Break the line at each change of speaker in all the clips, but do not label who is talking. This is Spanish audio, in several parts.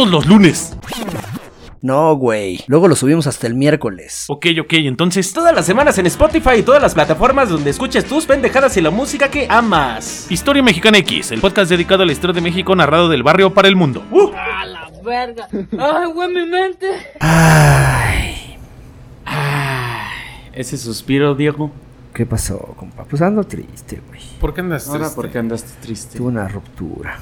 los lunes.
No, güey. Luego lo subimos hasta el miércoles.
Ok, ok, entonces.
Todas las semanas en Spotify y todas las plataformas donde escuches tus pendejadas y la música que amas.
Historia Mexicana X, el podcast dedicado a la historia de México narrado del barrio para el mundo.
A la verga. Ay, güey, mi mente.
Ese suspiro, Diego.
¿Qué pasó, compa? Pues ando triste, güey.
¿Por qué andas este?
Ahora,
triste?
¿por qué andaste triste?
Tuve una ruptura.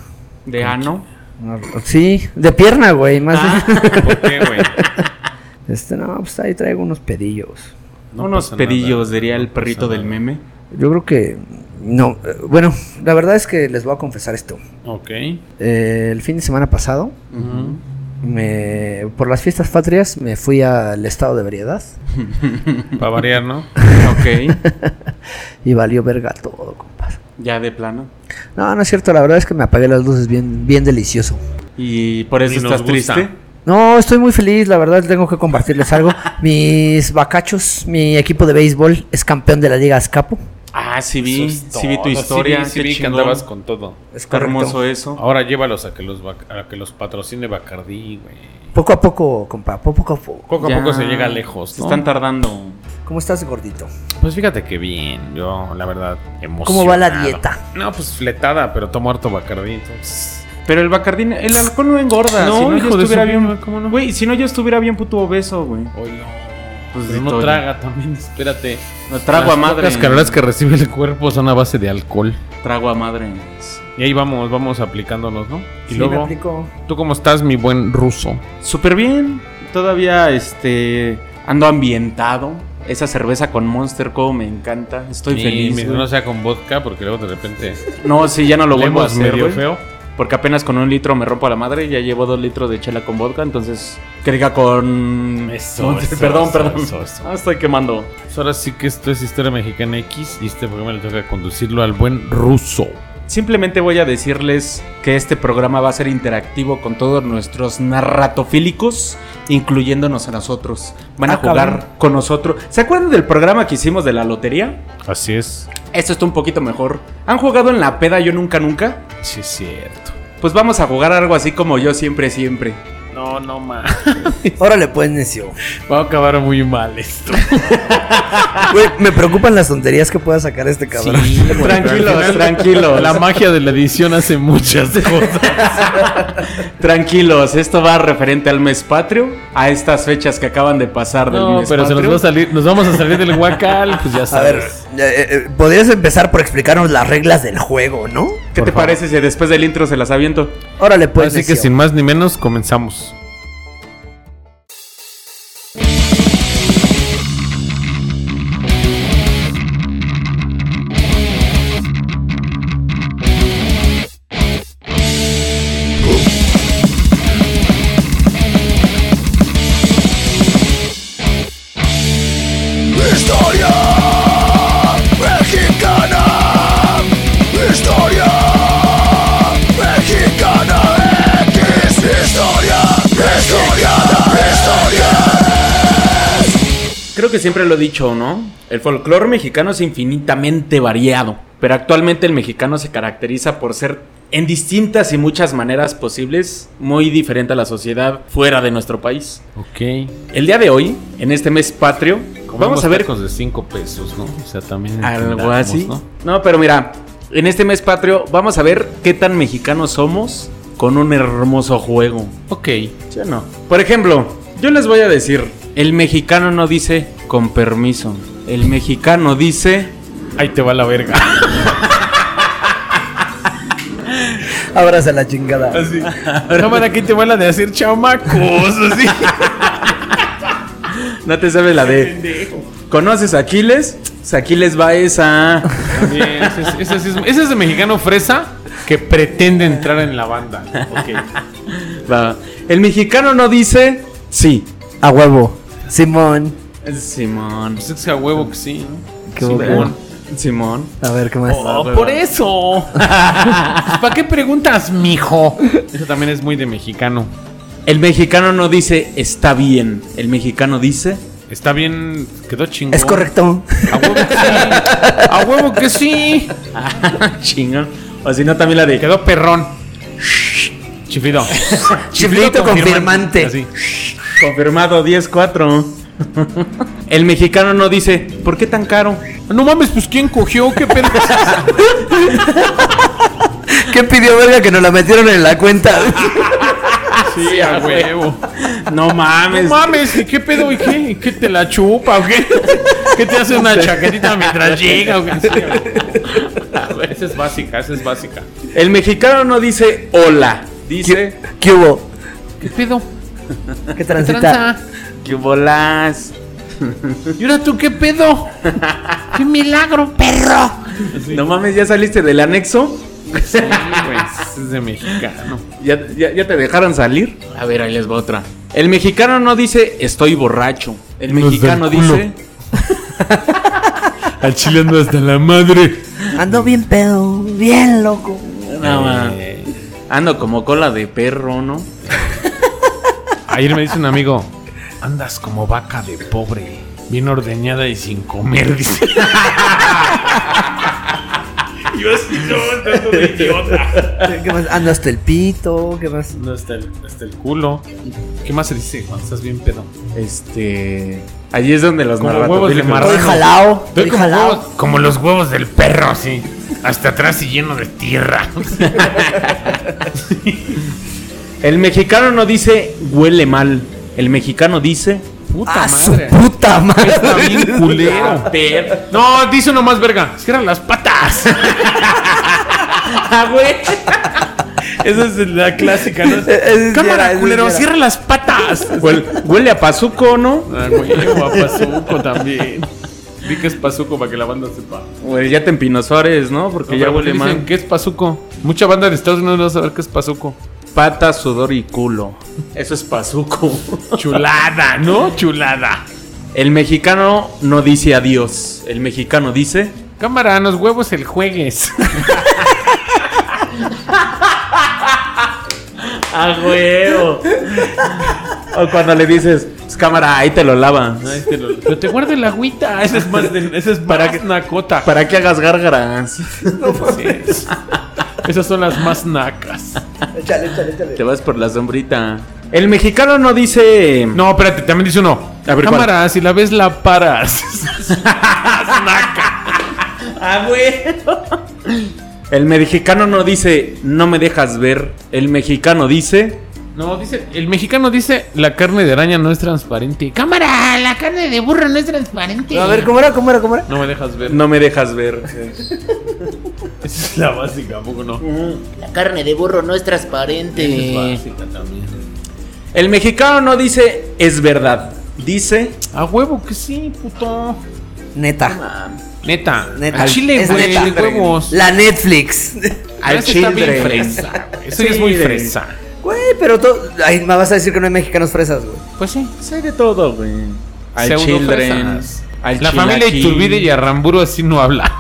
¿De ano?
Una ru- Sí, de pierna, güey. Más
¿Por qué, güey?
de- Este, no, pues ahí traigo unos pedillos.
No
Unos
pasa
pedillos,
nada,
diría
no
el perrito
pasa
del
nada.
meme.
Yo creo que. No, eh, bueno, la verdad es que les voy a confesar esto.
Ok.
Eh, el fin de semana pasado,
Ujú.
me, por las fiestas patrias, me fui al estado de variedad
Para variar, ¿no?
Ok,
y valió verga todo, compadre.
ya de plano.
No, no es cierto, la verdad es que me apagué las luces bien, bien delicioso.
¿Y por eso
Ni nos
estás
gusta.
triste?
No, estoy muy feliz, la verdad tengo que compartirles algo. Mis bacachos, mi equipo de béisbol es campeón de la Liga Azcapo.
Ah, sí vi,
Eso es
sí vi
todo.
tu
Sí
historia.
vi, sí
qué
vi que
chingón.
andabas con todo.
Es
Está
correcto.
hermoso
eh.
eso.
Ahora llévalos a que los, vac- a que los patrocine Bacardí, güey.
Poco a poco, compa, po- poco a poco.
Poco
Ya.
a poco se llega lejos,
Se
¿no?
están tardando.
¿Cómo estás, gordito?
Pues fíjate que bien, yo la verdad emocionado.
¿Cómo va la dieta?
No, pues fletada, pero tomo harto Bacardí, entonces...
Pero el bacardín, el alcohol no engorda.
No,
si no,
hijo
yo
de
estuviera
su-
bien. Güey, si no, yo estuviera bien puto obeso, güey.
Hoy no.
Pues
Pero
sí,
no
todo
traga también, espérate.
No, trago a
Las
madre.
Las calorías que recibe el cuerpo son a base de alcohol.
Trago a madre.
Y ahí vamos, vamos aplicándonos, ¿no? Y
Sí, me
luego,
aplico.
¿tú cómo estás, mi buen ruso?
Súper bien. Todavía este ando ambientado. Esa cerveza con Monster Co me encanta. Estoy
Y
feliz.
me-
güey.
no sea con vodka, porque luego de repente
No, sí, ya no lo vuelvo a
leemos
hacer,
medio
güey.
feo.
Porque apenas con un litro me rompo a la madre y ya llevo dos litros de chela con vodka, entonces que diga con...
Eso,
Monster-
eso,
perdón,
eso,
perdón.
eso, eso.
Ah, estoy quemando.
Pues ahora sí que esto es Historia Mexicana X y este programa le toca conducirlo al buen ruso.
Simplemente voy a decirles que este programa va a ser interactivo con todos nuestros narratofílicos, incluyéndonos a nosotros. Van a
Ah,
jugar
cabrón.
con nosotros. ¿Se acuerdan del programa que hicimos de la lotería?
Así es.
Esto está un poquito mejor. ¿Han jugado en la peda yo nunca nunca?
Sí, es cierto.
Pues vamos a jugar algo así como yo siempre siempre.
No, no más.
Órale, pues, necio.
Va a acabar muy mal esto.
Güey, me preocupan las tonterías que pueda sacar este cabrón.
Tranquilos, tranquilos.
La magia de la edición hace muchas cosas.
Tranquilos, esto va referente al mes patrio, a estas fechas que acaban de pasar del
No,
mes
pero se nos,
patrio.
va a salir, nos vamos a salir del huacal, pues ya
A ver,
sabes.
eh, eh, podrías empezar por explicarnos las reglas del juego, ¿no?
¿Qué te parece si después del intro se las aviento?
Órale, pues.
Así que
necio.
sin más ni menos, comenzamos.
Creo que siempre lo he dicho, ¿no? El folclore mexicano es infinitamente variado, pero actualmente el mexicano se caracteriza por ser en distintas y muchas maneras posibles muy diferente a la sociedad fuera de nuestro país.
Ok.
El día de hoy, en este mes patrio, vamos a ver
Con de 5 pesos, ¿no? O sea, también.
Algo
entendamos,
así.
¿no?
¿no? pero mira, en este mes patrio vamos a ver qué tan mexicanos somos con un hermoso juego.
Ok.
¿Sí o no? Por ejemplo, yo les voy a decir, el mexicano no dice con permiso. El mexicano dice
Ahí te va la verga.
Abraza la chingada.
Así. Cámara, aquí te va la de hacer chamacos. Así.
No te sabe la de. ¿Conoces a Aquiles? Pues Aquiles va esa.
También, ese, es- ese sí es- ese es de mexicano fresa que pretende entrar en la banda. Ok.
Va. El mexicano no dice sí.
A huevo. Simón.
Simón.
Pues es que a huevo que sí.
Qué
Sí,
bueno.
bueno.
Simón.
A ver, ¿qué más?
Oh, por eso. ¿Para qué preguntas, mijo? Eso también es muy de mexicano.
El mexicano no dice está bien. El mexicano dice.
Está bien, quedó chingón.
Es correcto.
A huevo que sí. A huevo que sí.
Chingón. O si no, también la de.
Quedó perrón. Chiflido.
Chiflito confirmante.
Así.
Confirmado 10-4. El mexicano no dice, ¿por qué tan caro?
No mames, pues quién cogió, qué pedo.
¿Qué pidió verga que nos la metieron en la cuenta?
Sí, a huevo. Ah,
No
No
mames.
mames, ¿y qué pedo? ¿Y qué? ¿Y qué te la chupa? ¿O qué? ¿Qué te hace una chaquetita mientras llega? ¿O qué? Sí, a huevo. Ah, esa es básica, esa es básica.
El mexicano no dice hola. Dice,
¿Qué hubo?
¿Qué pedo?
¿Qué
¿Qué
transita?
tranza?
¿qué bolas?
¿Y ahora tú qué pedo? ¡Qué milagro, perro!
No mames, ¿ya saliste del anexo?
es de mexicano.
¿Ya, ya, ya te dejaron salir? A ver, ahí les va otra. El mexicano no dice estoy borracho. El
Los
mexicano
del culo.
dice
Al chile ando hasta la madre.
Ando bien pedo, bien loco.
Eh,
"No, ma, ando como cola de perro, ¿no?
Ayer me dice un amigo, andas como vaca de pobre, bien ordeñada y sin comer, dice. Yo así no, tanto de idiota.
¿Qué más? Ando hasta el pito, ¿qué más?
No, hasta el, hasta el culo. ¿Qué más se dice cuando estás bien pedo?
Este, allí es donde los
Como
narratofílicos-
huevos de marrano.
Estoy jalao, estoy
Estoy como, huevos-
jalao.
como los huevos del perro, así. Hasta atrás y lleno de tierra.
El mexicano no dice huele mal. El mexicano dice
Puta
¡A Ah, su puta
Está
madre!
bien culero. No, dice uno más verga. Cierra las patas.
ah, güey.
Esa es la clásica, ¿no?
Esa es fiera,
Cámara,
esa es
culero,
fiera.
cierra las patas.
Huele, huele a pazuco, ¿no?
Ah, güey, o a Pazuco también. Di que es Pazuco para que la banda sepa.
Huele ya te empinosares, ¿no? Porque ya huele mal.
¿Qué es Pazuco? Mucha banda de Estados Unidos no va a saber qué es Pazuco.
Pata, sudor y culo. Eso es pazuco.
Chulada, ¿no? Chulada.
El mexicano no dice adiós. El mexicano dice.
Cámara, nos huevos el juegues.
¡A huevo! o cuando le dices, pues cámara, ahí te lo lavan.
Pero te guardo el agüita. Ah, Esa es más de, esa es para que nacota.
¿Para qué hagas gárgaras?
Esas son las más nacas.
Échale, échale, échale.
te vas por la sombrita. El mexicano no dice.
No, espérate, también dice uno.
A ver, ¿cuál?
Cámara, si la ves, la paras.
¡A huevo! El mexicano no dice, no me dejas ver. El mexicano dice.
No, dice, el mexicano dice, la carne de araña no es transparente. Cámara, la carne de burro no es transparente.
A ver, ¿cómo era? ¿Cómo era? ¿Cómo era?
No me dejas ver.
No me dejas ver.
Esa es la básica, ¿a poco no?
La carne de burro no es transparente.
El mexicano no dice, es verdad. Dice.
A huevo que sí, puto.
Neta.
Neta.
Neta.
Al chile,
Es
güey,
neta.
de huevos.
La Netflix.
Al
Eso está bien
children.
fresa, güey. Eso ya es
Sí,
muy
de-
fresa.
Güey, pero tú. Ay, me vas a decir que no hay mexicanos fresas, güey.
Pues sí.
Sé de todo, güey. Al
Pseudo
children.
fresas.
Al
la familia
chilaquil.
Iturbide y Arramburu así no habla.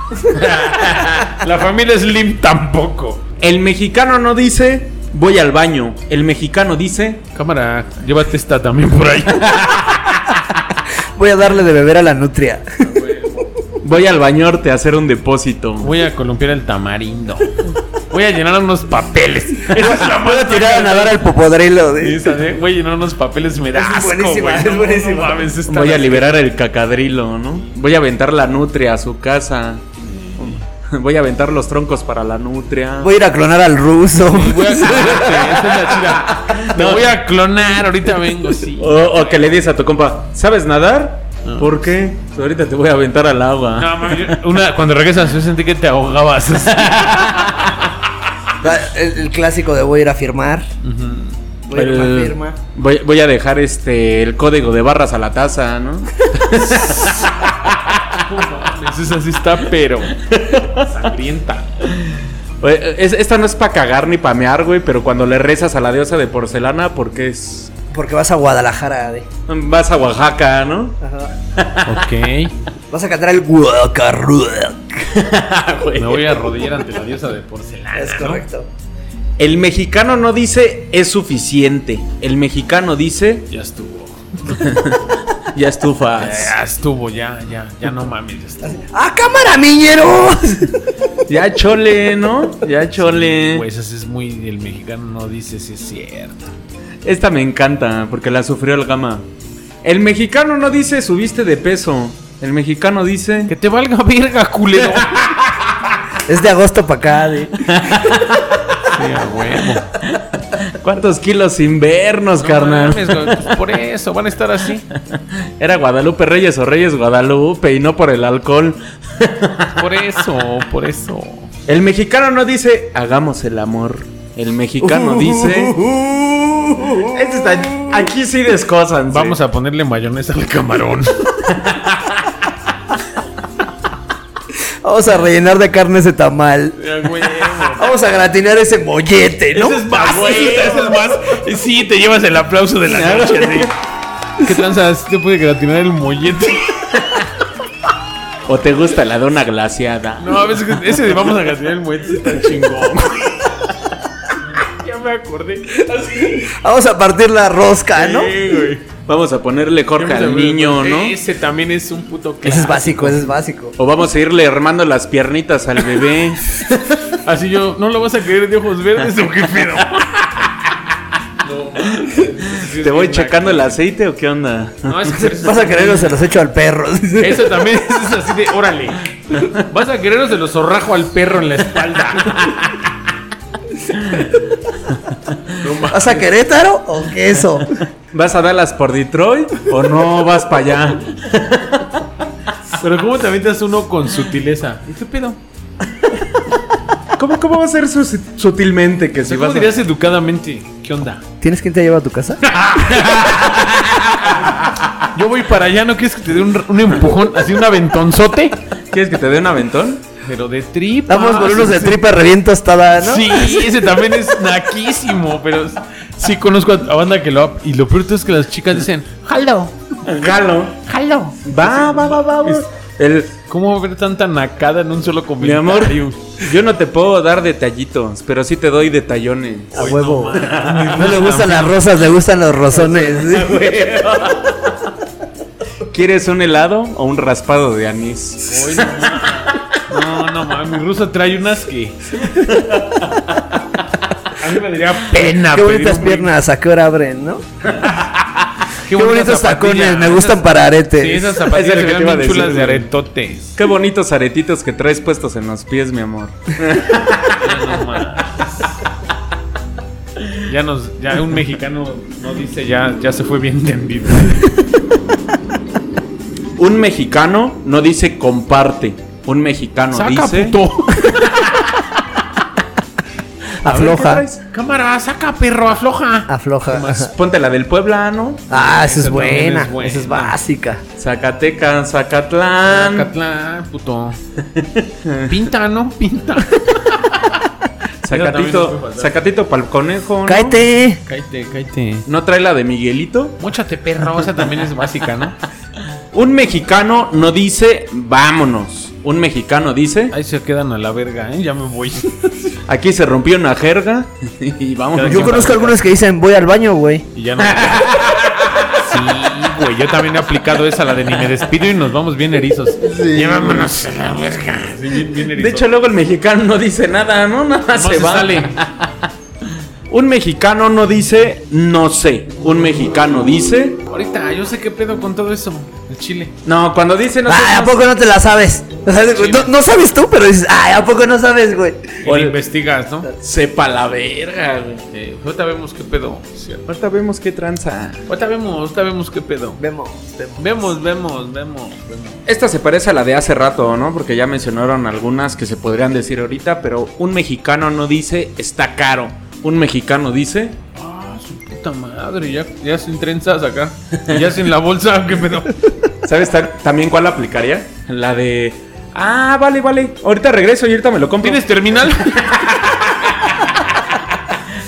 la familia Slim tampoco.
El mexicano no dice, voy al baño. El mexicano dice.
Cámara, llévate esta también por ahí.
Voy a darle de beber a la nutria.
Voy al bañorte a hacer un depósito.
Voy a columpiar el tamarindo. Voy a llenar unos papeles. Esa es la ¿eh?
Voy a tirar a nadar al popodrilo. güey.
Esa ¿eh? de, Voy a llenar unos papeles, me da
Es
asco,
buenísima,
güey.
es
No, no
buenísima.
mames, está
Voy a
así.
liberar el cacadrilo, ¿no? Voy a aventar la nutria a su casa. Voy a aventar los troncos para la nutria.
Voy a ir a clonar al ruso.
Voy a esa es la chida. Me voy a clonar, ahorita vengo, sí.
O, o que le dices a tu compa, ¿sabes nadar? ¿Por qué? Ahorita te voy a aventar al
Ah.
agua.
No, mami, yo- una, cuando regresas yo sentí que te ahogabas.
el, el clásico de voy a ir a firmar. Voy a ir a
El-
una firma.
voy, voy a dejar este el código de barras a la taza, ¿no?
Eso así está, pero sangrienta.
Oye, es- esta no es para cagar ni pamear, güey, pero cuando le rezas a la diosa de porcelana, porque es.
Porque vas a Guadalajara, de.
Vas a Oaxaca, ¿no?
Ok.
Vas a cantar el Guacarru.
Me voy a arrodillar ante la diosa de porcelana.
Es correcto.
El mexicano no dice es suficiente. El mexicano dice
Ya estuvo.
ya estufas.
Ya estuvo, ya, ya, ya no mames. Ya estuvo.
¡Ah, cámara, miñeros!
ya chole, ¿no? Ya chole.
Pues eso es muy. El mexicano no dice si es cierto.
Esta me encanta porque la sufrió el gama. El mexicano no dice subiste de peso. El mexicano dice.
Que te valga verga, culero.
es de agosto para acá, de.
Sí, a huevo.
¿Cuántos kilos invernos, carnal?
Mames, güey, pues por eso van a estar así.
Era Guadalupe Reyes o Reyes Guadalupe y no por el alcohol.
Por eso, por eso.
El mexicano no dice hagamos el amor. El mexicano dice.
Uh.
Este está- Aquí sí descosan.
Vamos a ponerle mayonesa al camarón.
Vamos a rellenar de carne ese tamal. Vamos a gratinar ese mollete, ¿no?
Ah,
más, eso es más. Sí, te llevas el aplauso de la noche. así. ¿Qué tranzas? Te puede gratinar el mollete.
¿O te gusta la dona glaciada?
No, a veces que- ese de vamos a gratinar el mollete está chingón. güey. ya me acordé. Así.
Vamos a partir la rosca, ¿no?
Sí, güey.
Vamos a ponerle corte al niño, ¿no?
Ese también es un puto
Ese es
clásico.
básico, ese es básico.
O vamos a irle armando las piernitas al bebé.
Así yo, ¿no lo vas a creer de ojos verdes o qué pedo?
¿Te voy checando el aceite o qué onda?
No, es que
Vas a querer o se los echo al perro.
Eso también es así de, órale. Vas a querer o se lo zorrajo al perro en la espalda.
¿Vas a Querétaro o queso?
¿Vas a darlas por Detroit o no vas para allá?
Pero ¿cómo te avientas uno con sutileza? ¿Y qué pedo?
¿Cómo, cómo va a ser su- sutilmente que si
¿Cómo
vas a-
dirías educadamente? ¿Qué onda?
¿Tienes quien te lleva a tu casa?
Yo voy para allá, ¿no quieres que te dé un, un empujón, así un aventonzote?
¿Quieres que te dé un aventón?
Pero de tripa.
Vamos por unos de
Sí,
tripa recién tostada, ¿no?
Sí, ese también es naquísimo, pero sí conozco a a banda que lo ha- y lo peor de todo es que las chicas dicen, "Jalo,
Galo.
jalo."
Va, va, va, va. va. El,
¿Cómo va a haber tanta nacada en un solo
mi
comentario?
amor, yo no te puedo dar detallitos, pero sí te doy detallones.
A huevo. No le gustan las rosas, le gustan los rosones.
¿Quieres un helado o un raspado de anís?
Hoy no, ma- no, no mames, mi rusa trae unas que. A mí me daría
Ah,
pena,
Qué
pedir
bonitas
un
piernas, ¿a qué hora abren, no?
brin-
Qué, bonitos
zapatillas.
tacones, me gustan para aretes.
Sí, esas
Eso
zapatillas
es lo
que
que te iba a
quedan bien
decir,
chulas de
güey.
aretotes.
Qué bonitos aretitos que traes puestos en los pies, mi amor.
No mames. Ya nos, ya un mexicano no dice ya, ya se fue bien tendido.
Un mexicano no dice comparte. Un mexicano
Saca
dice.
puto.
Afloja,
Cámara, saca perro, afloja.
afloja.
Ponte la del pueblano.
Ah, esa
Esa
es
también
buena,
es buena.
esa es básica.
Zacatecas, Zacatlán.
Catlán, puto. Pinta, ¿no? Pinta. Eso también
Zacatito,
no puede
Zacatito para el conejo. ¿no?
¡Cáete!
Cállate, cállate.
¿No trae la de Miguelito?
Móchate, perro. Esa también es básica, ¿no?
Un mexicano no dice vámonos. Un mexicano dice
Ahí se quedan a la verga, ¿eh? Ya me voy.
aquí se rompió una jerga y vámonos.
Yo conozco algunos que dicen voy al baño, güey.
Y ya no. me- Sí, güey. Yo también he aplicado esa, la de ni me despido y nos vamos bien erizos. Llevámonos a la verga. Sí, bien, bien erizos.
De hecho, luego el mexicano no dice nada, ¿no? Nada más
No
se,
se
va.
sale.
Un mexicano no dice no sé. Un mexicano dice
ahorita yo sé qué pedo con todo eso. chile.
No, cuando dicen no sé,
Ay, Ah, ¿a
no
poco no te la sabes? O sea, no, no sabes tú, pero dices, ay, ¿a poco no sabes, güey?
O lo investigas, ¿no?
sepa la verga, güey.
Eh, ahorita vemos qué pedo. ¿cierto?
Ahorita vemos qué tranza.
Ahorita vemos, ahorita vemos qué pedo.
Vemos, vemos.
Vemos, vemos, vemos, vemos.
Esta se parece a la de hace rato, ¿no? Porque ya mencionaron algunas que se podrían decir ahorita, pero un mexicano no dice está caro. Un mexicano dice
Ah, su puta madre, ya, ya sin trenzas acá. Y ya sin la bolsa, qué pedo.
¿Sabes ta- también cuál aplicaría? La de. Ah, vale, vale. Ahorita regreso y ahorita me lo compro.
¿Tienes terminal?
de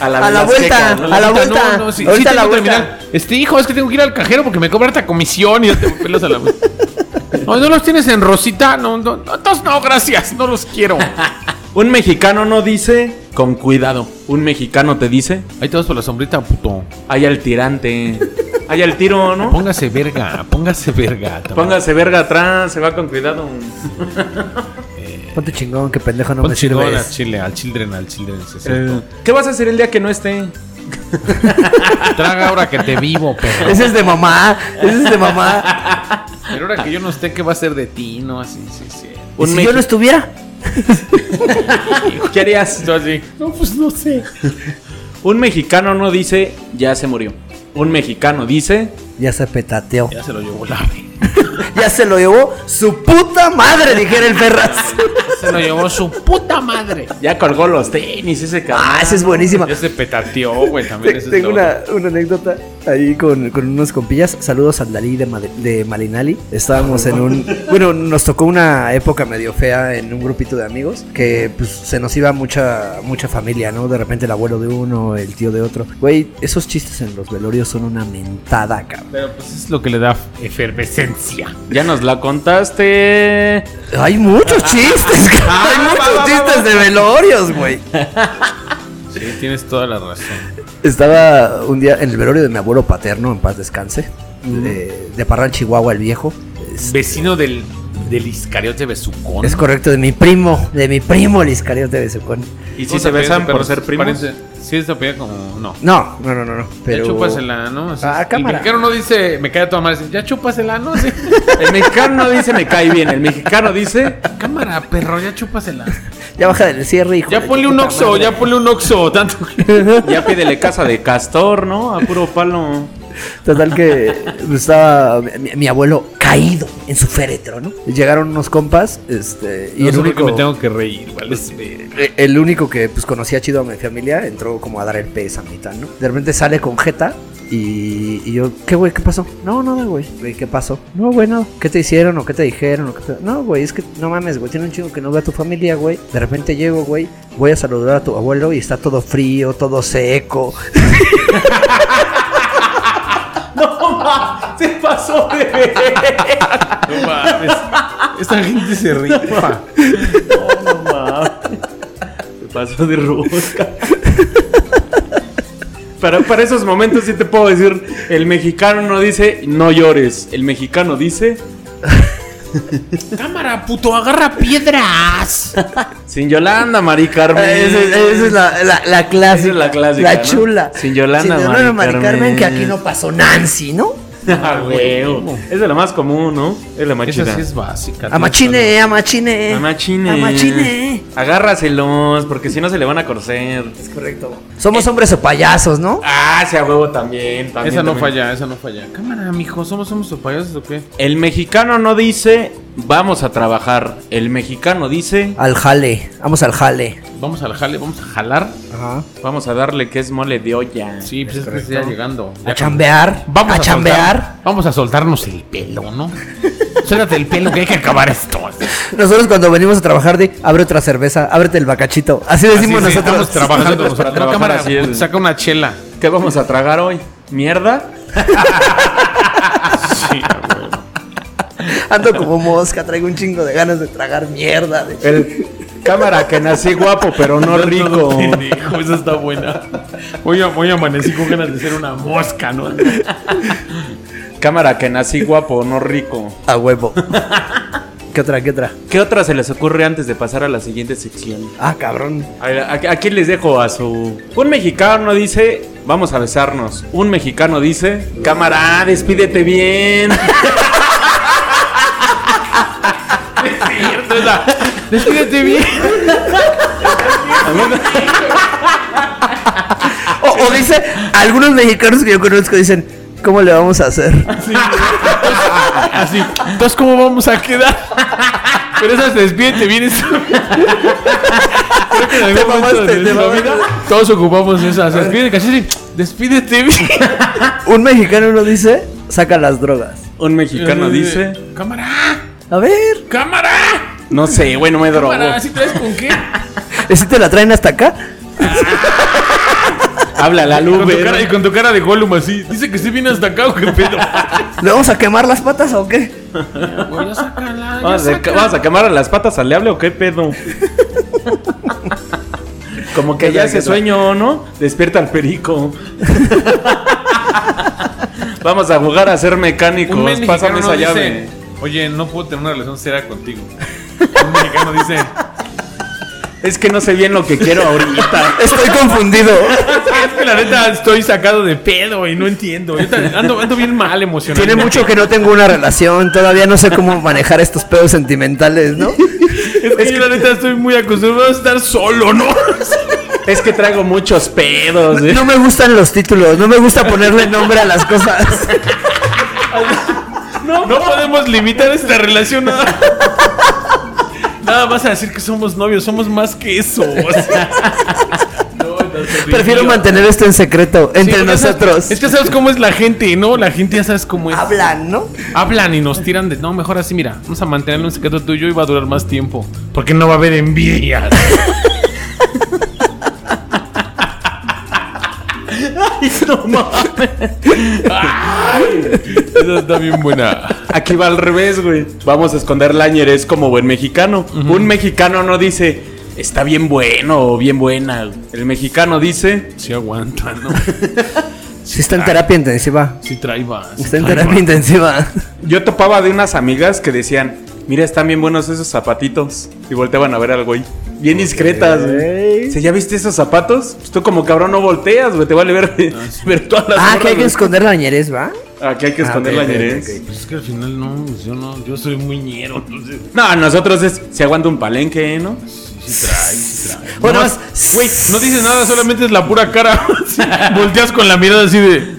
A la
Azteca,
vuelta.
¿no?
A la vuelta.
No, no, sí,
Ahorita a
sí
la
tengo
vuelta.
terminal. Este hijo, es que tengo que ir al cajero porque me cobra esta comisión y ya te pelas a la No, no los tienes en rosita, no, no, no, entonces no, gracias, no los quiero.
Un mexicano no dice con cuidado. Un mexicano te dice
Ahí te vas por la sombrita, puto.
hay al tirante. Hay al tiro, ¿no?
Póngase verga, póngase verga.
Póngase verga atrás, se va con cuidado.
Ponte chingón, que pendejo no
Pon
me
chingón al
sirves.
chile, al children, al children. sí,
Eh,
cierto.
¿Qué vas a hacer el día que no esté?
Traga ahora que te vivo, perro.
Ese es de mamá, ese es de mamá.
Pero ahora que yo no esté, ¿qué va a ser de ti? No, así, sí, sí.
¿Y
Un
si
mexi-
yo no estuviera?
¿Qué harías?
No, pues no sé.
Un mexicano no dice ya se murió. Un mexicano dice
Ya se petateó.
Ya se lo llevó la
Ya se lo llevó su puta madre, dijera el Ferraz.
Se lo llevó su puta madre.
ya colgó los tenis ese cabrón.
Ah, esa es buenísima.
Ya se petateó, güey, también. ese es
Tengo
lo-
una, una anécdota ahí con, con unos compillas. Saludos a Dalí de, Made- de Malinali. Estábamos en un. Bueno, nos tocó una época medio fea en un grupito de amigos que pues, se nos iba mucha mucha familia, ¿no? De repente el abuelo de uno, el tío de otro. Güey, esos chistes en los velorios son una mentada, cabrón.
Pero pues es lo que le da efervescencia.
Ya nos la contaste.
Hay muchos chistes, cabrón. Hay muchos chistes de velorios, güey.
Sí, tienes toda la razón.
Estaba un día en el velorio de mi abuelo paterno, en paz descanse, de, de Parral, Chihuahua, el viejo. Es-
Vecino del, del Iscariote Besucón.
Es correcto, de mi primo, de mi primo el Iscariote de Besucón.
Y si se besan por ser primos.
Sí, esa pelea como. No.
No, no, no, no, no.
Ya
Pero
chúpasela, ¿no? O sea,
Ah,
el
cámara.
mexicano no dice, me cae a tu madre. dice, Ya chúpasela, ¿no? Sí.
El mexicano no dice me cae bien, el mexicano dice
cámara, perro, ya chúpasela.
ya baja del cierre, hijo. de
Ya
tu
ponle un
puta
oxo,
madre.
ya ponle un oxo. Tanto
ya pídele casa de castor, ¿no? A puro palo.
Total que estaba mi, mi abuelo caído en su féretro, ¿no? Llegaron unos compas, este, y
No
el
sé por qué
único,
me tengo que reír, ¿vale? Es-
eh, el único que pues conocía chido a mi familia entró como a dar el pez a mitad, ¿no? De repente sale con Jeta y, y yo, ¿qué güey? ¿Qué pasó? No, nada, güey. Güey, ¿Qué pasó? No, güey, nada. ¿Qué te hicieron o qué te dijeron? O qué te- No, güey, es que no mames, güey. Tiene un chingo que no veo a tu familia, güey. De repente llego, güey. Voy a saludar a tu abuelo y está todo frío, todo seco.
Se pasó de
No mames. Esta gente se ríe.
Se pasó de rosca. Pero para esos momentos sí te puedo decir, el mexicano no dice no llores, el mexicano dice
Cámara, puto, agarra piedras.
sin Yolanda, Mari Carmen.
Eh, Esa es, esa es la, la, la clásica.
Esa es la clásica,
La
¿no?
chula.
Sin Yolanda,
Sin
Mari
Yolanda, Mari Carmen,
Carmen.
que aquí no pasó Nancy, ¿no?
Ah, huevo. Es de la más común, ¿no? Es la más
Esa
chida.
sí es básica.
Amachine, amachine.
Amachine.
Amachine.
Agárraselos, porque si no se le van a conocer.
Somos hombres o payasos, ¿no?
Ah, sea huevo también. también,
Esa no
también.
falla, esa no falla. Cámara, mijo, ¿somos somos tus payasos o qué?
El mexicano no dice vamos a trabajar. El mexicano dice
Al jale. Vamos al jale.
Vamos al jale, vamos a jalar.
Ajá.
vamos a darle que es mole de olla.
Sí, pues es, que está llegando.
A chambear.
Vamos
a, chambear.
soltar- vamos a soltarnos el pelo, ¿no? Suéltate el pelo que hay que acabar esto.
Nosotros cuando venimos a trabajar de abre otra cerveza, ábrete el bacachito. Así decimos
Así, sí,
nosotros.
estamos trabajando.
Nosotros para
No,
trabajar
cámara,
así es.
saca una chela.
¿Qué vamos a tragar hoy? ¿Mierda?
Ando como mosca, traigo un chingo de ganas de tragar mierda. de-
El cámara que nací guapo pero no rico.
Pendejo, esa está buena. Hoy, hoy amanecí con ganas de ser una mosca, ¿no?
Cámara que nací guapo, no rico.
A huevo. ¿Qué otra? ¿Qué otra?
¿Qué otra se les ocurre antes de pasar a la siguiente sección?
Ah, cabrón.
A ver, Aquí aquí les dejo a su... Un mexicano dice, vamos a besarnos. Un mexicano dice, cámara, despídete bien.
gorda. Despídete bien.
Ah, O, o dice, algunos mexicanos que yo conozco dicen, ¿cómo le vamos a hacer?
Así. Entonces, ¿cómo vamos a quedar? Pero esas despídete bien. es- Creo que en algún
Te
momento
mamaste,
de
te
nuestra
mamaste.
vida todos ocupamos esas. Despídete, casi así, Despídete bien.
Un mexicano no dice, saca las drogas.
Un mexicano dice.
Eh, Cámara,
A ver,
cámara.
No sé, güey, no me drogo.
Cámara, ¿sí traes con qué?
¿si te la traen hasta acá?
Habla la luz,
Con tu cara, y con tu cara de Gollum así. Dice que sí viene hasta acá, ¿o qué pedo?
¿Le vamos a quemar las patas o qué?
Voy a sacarla.
¿Vas a, vas a quemar a las patas al diablo o qué pedo? Como que ya ese sueño, ¿no? Despierta al perico. Vamos a jugar a ser
Un
mecánicos.
mexicano
Pásame
no
esa llave.
dice, Oye, no puedo tener una relación seria contigo. Un mexicano dice,
Es que no sé bien lo que quiero ahorita.
Estoy confundido.
es que la neta estoy sacado de pedo y no entiendo. Yo ta- ando, ando bien mal emocional.
Tiene mucho que no tengo una relación, todavía no sé cómo manejar estos pedos sentimentales, ¿no?
Es que yo la neta estoy muy acostumbrado a estar solo, ¿no?
Es que traigo muchos pedos. ¿eh?
No me gustan los títulos, no me gusta ponerle nombre a las cosas.
No, podemos limitar esta relación a... Nada más a decir que somos novios, somos más que eso. o sea. No, no,
Prefiero mantener esto en secreto,
Sí,
entre
porque sabes-
nosotros.
Es que sabes cómo es la gente, ¿no? La gente ya sabes cómo es.
Hablan, ¿no?
Hablan y nos tiran de. No, mejor así, mira. Vamos a mantenerlo un secreto tuyo y va a durar más tiempo. Porque no va a haber envidia. Esa está bien buena.
Aquí va al revés, güey. Vamos a esconder Lañer, es como buen mexicano. Un mexicano no dice, está bien bueno o bien buena. El mexicano dice,
Si aguanta, ¿no?
Si está en terapia intensiva.
Si traiba.
Está en terapia intensiva.
yo topaba de unas amigas que decían, mira, están bien buenos esos zapatitos. Y volteaban a ver al güey. Bien discretas, güey. Dice, ¿ya viste esos zapatos? Pues tú como cabrón no volteas, güey. Te vale ver, ver todas las
Ah,
morras,
que hay que
güey.
esconder la ñerez, ¿va?
Aquí hay que esconder ¿eh?
Ah, ok,
Lañerés.
ok, ok.
Pues es que al final no, pues yo no, yo soy muy ñero, entonces.
No, a nosotros es, se aguanta un palenque, ¿no?
Si trae, si trae.
Bueno,
No,
más-
Güey, no dices nada, solamente es la pura cara. Volteas con la mirada así de.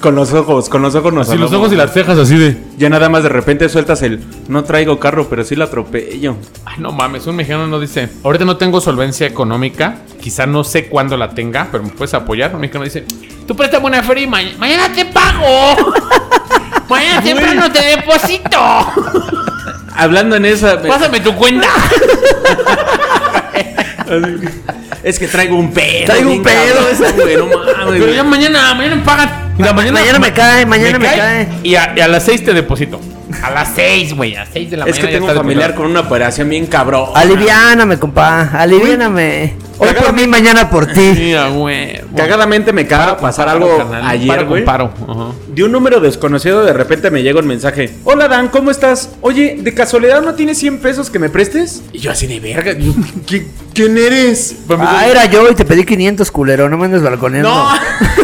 Con los ojos, con los ojos nos
Así los
hablamos.
ojos y las cejas así de.
Ya nada más de repente sueltas el no traigo carro, pero sí lo atropello.
Ay, no mames, un mexicano no dice, ahorita no tengo solvencia económica, quizá no sé cuándo la tenga, pero me puedes apoyar. Un mexicano dice, tú préstame una feria y ma- mañana te pago. mañana temprano te deposito.
Hablando en esa.
Pásame tu cuenta.
Es que traigo un pedo.
Traigo
bien
un pedo,
cabrón,
esa-
güey, no mames,
pero
güey.
ya mañana, mañana me pagan. Mira, mañana,
mañana me cae, mañana me cae.
Y a, y a las 6 te deposito. A las 6, güey, a las 6 de la
Es
mañana.
que
ya
tengo un
está
familiar
depositado.
con una operación bien cabrón.
Aliviáname, compa. Aliviáname. Hoy por mí, mañana por ti.
Mira, güey.
Cagadamente me caga pasar algo
Carnal,
ayer,
paro
güey.
con paro. ajá.
De un número desconocido de repente me llega un mensaje. Hola Dan, ¿cómo estás? Oye, ¿de casualidad no tienes 100 pesos que me prestes? Y yo así de verga. yo, "¿Qui- ¿Quién eres?
Ah, era yo y te pedí 500, culero. No me andes balconeando.
No.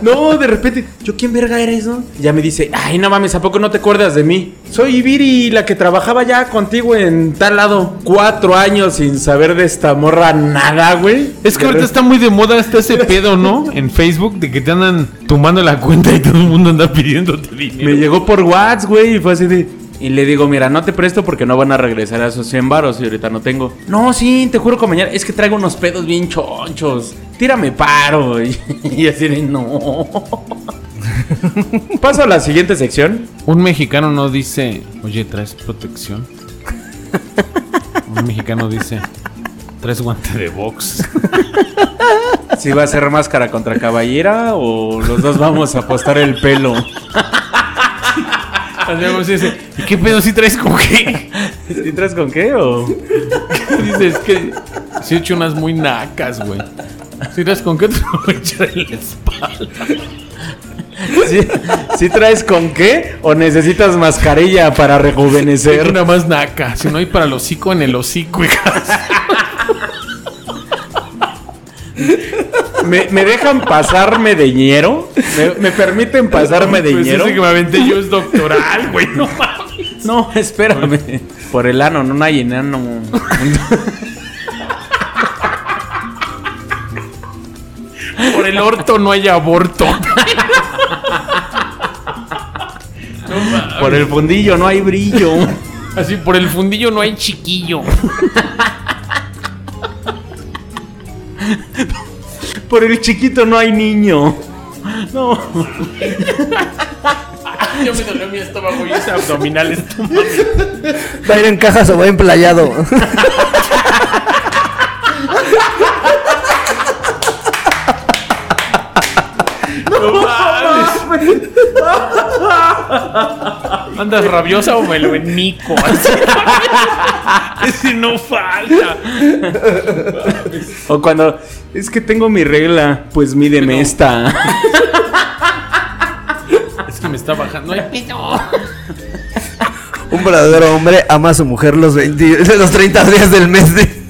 No, de repente, ¿yo quién verga eres, no? Ya me dice, ay, no mames, ¿a poco no te acuerdas de mí? Soy Ibiri, la que trabajaba ya contigo en tal lado. Cuatro años sin saber de esta morra nada, güey.
Es que ahorita está muy de moda hasta ese pedo, ¿no? En Facebook de que te andan tomando la cuenta y todo el mundo anda pidiéndote
Me
dinero.
llegó por WhatsApp, güey, y fue así de... Y le digo, mira, no te presto porque no van a regresar a esos 100 varos y ahorita no tengo. No, sí, te juro que mañana... Es que traigo unos pedos bien chonchos. Tírame paro. Y, y así de, no. Paso a la siguiente sección.
Un mexicano no dice, oye, ¿traes protección? Un mexicano dice, ¿traes guante de box?
Si va a ser máscara contra caballera o los dos vamos a apostar el pelo.
Hacemos ese, ¿Y qué pedo si traes con qué?
¿Entras con qué o?
Dices, es que si he hecho unas muy nacas, güey. Si traes con qué te voy a echar en la espalda.
¿Sí, sí traes con qué o necesitas mascarilla para
Pero
rejuvenecer?
una más naca. Si no hay para el hocico, en el hocico, hija.
¿Me, me dejan pasarme de ñero? ¿Me, me permiten pasarme de
Pues
ñero?
ese que me aventé yo es doctoral, güey, no mames.
No, espérame. Por el ano, no hay enano.
Por el orto no hay aborto.
Por el fundillo no hay brillo.
Así, por el fundillo no hay chiquillo.
Por el chiquito no hay niño. No.
Yo me dolió mi estómago y ese abdominal está
¿Va a ir en cajas o va en playado?
¿Andas rabiosa o me lo enico?
Ah,
Ese no falta.
O cuando. Es que tengo mi regla. Pues mídeme esta.
Es que me está bajando el pito.
Un verdadero hombre ama a su mujer los, 20 los 30 días del mes. de-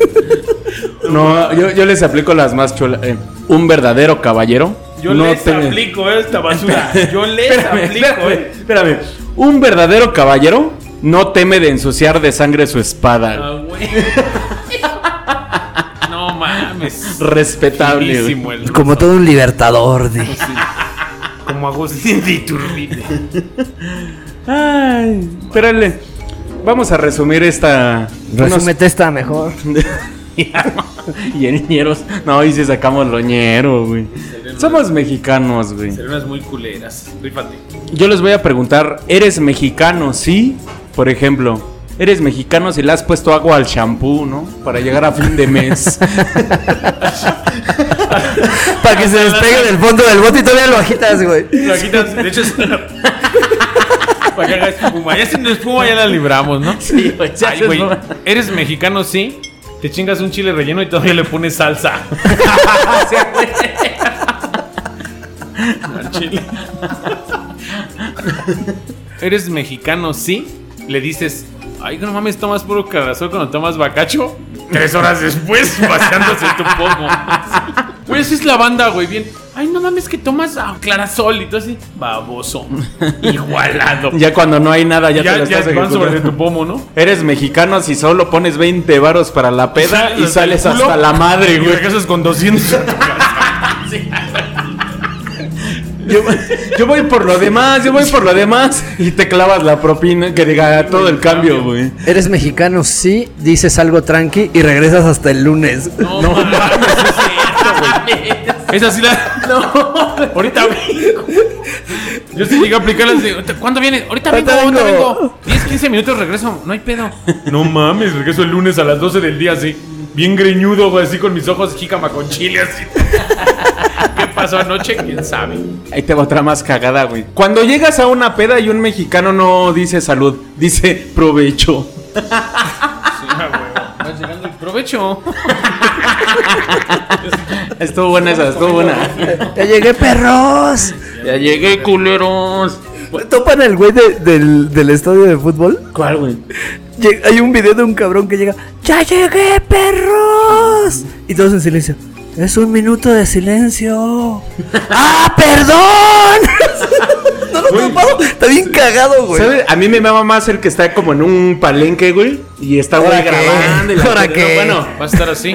No, yo, yo les aplico las más chulas. eh, un verdadero caballero.
Yo
no
les
te-
aplico esta basura. Yo les
Espérame,
aplico.
espérame,
eh.
espérame. Un verdadero caballero no teme de ensuciar de sangre su espada.
Ah, güey. No mames.
Respetable. güey.
Finísimo el-
Como todo un libertador. de-
Como Agustín de Iturbide.
Ay, espérale. Vamos a resumir esta.
Resúmete esta mejor.
y en ñeros. No, y si sacamos lo ñero, güey. Somos mexicanos, güey.
Pero unas muy culeras. Rífate.
Yo les voy a preguntar, ¿eres mexicano? Sí. Por ejemplo, ¿eres mexicano si le has puesto agua al champú, no? Para llegar a fin de mes.
Para que se despegue del fondo del bote y todavía lo agitas, güey.
Lo quitas, de hecho es una... Para que haga espuma. Ya si no espuma ya la libramos, ¿no?
sí, güey. se
Ay,
hace
güey,
no-
eres mexicano, sí. Te chingas un chile relleno y todavía le pones salsa. Al chile.
Eres mexicano, sí. Le dices, ay, no mames, tomas puro carrasol cuando tomas bacacho. Tres horas después, pasándose tu pomo. Güey, así es la banda, güey, bien. Ay, no mames, que tomas ah, clarasol y todo así. Baboso. Igualado.
Ya cuando no hay nada, ya,
Ya,
te lo
ya,
estás
van sobre
ejecutando.
tu pomo, ¿no?
Eres mexicano si solo pones 20 varos para la peda y sales
el culo
hasta la madre,
Y
güey.
regresas con 200.
Yo, yo voy por lo demás, yo voy por lo demás. Y te clavas la propina, que diga "Ah, todo el cambio, güey.
Eres mexicano, sí. Dices algo tranqui y regresas hasta el lunes.
No, mames, es cierto, güey. Esa sí la. No. Ahorita vengo. Yo sí llegué a aplicarlas de. ¿Cuándo vienes? Ahorita vengo,
Ahorita
ahorita
vengo.
vengo. 10, 15 minutos regreso. No hay pedo. No mames, regreso el lunes a las 12 del día, así. Bien greñudo, güey, así con mis ojos jícama con chile, así. ¿Qué pasó anoche? ¿Quién sabe?
Ahí te va otra más cagada, güey. Cuando llegas a una peda y un mexicano no dice salud, dice provecho.
Vas llegando el provecho.
Estuvo buena esa, estuvo buena.
Ya llegué, perros.
Ya llegué, culeros.
Topan al güey de- del, del estadio de fútbol.
¿Cuál, güey?
Lleg- Hay un video de un cabrón que llega. ¡Ya llegué, perros! Y todos en silencio. Es un minuto de silencio. ¡Ah, perdón! no lo he topado. Está bien cagado, güey.
¿Sabes? A mí me mama más el que está como en un palenque, güey. Y está,
¿Ahora
güey,
qué?
grabando. y la-
¿Ahora qué?
Bueno, Eh,
Vas a estar así.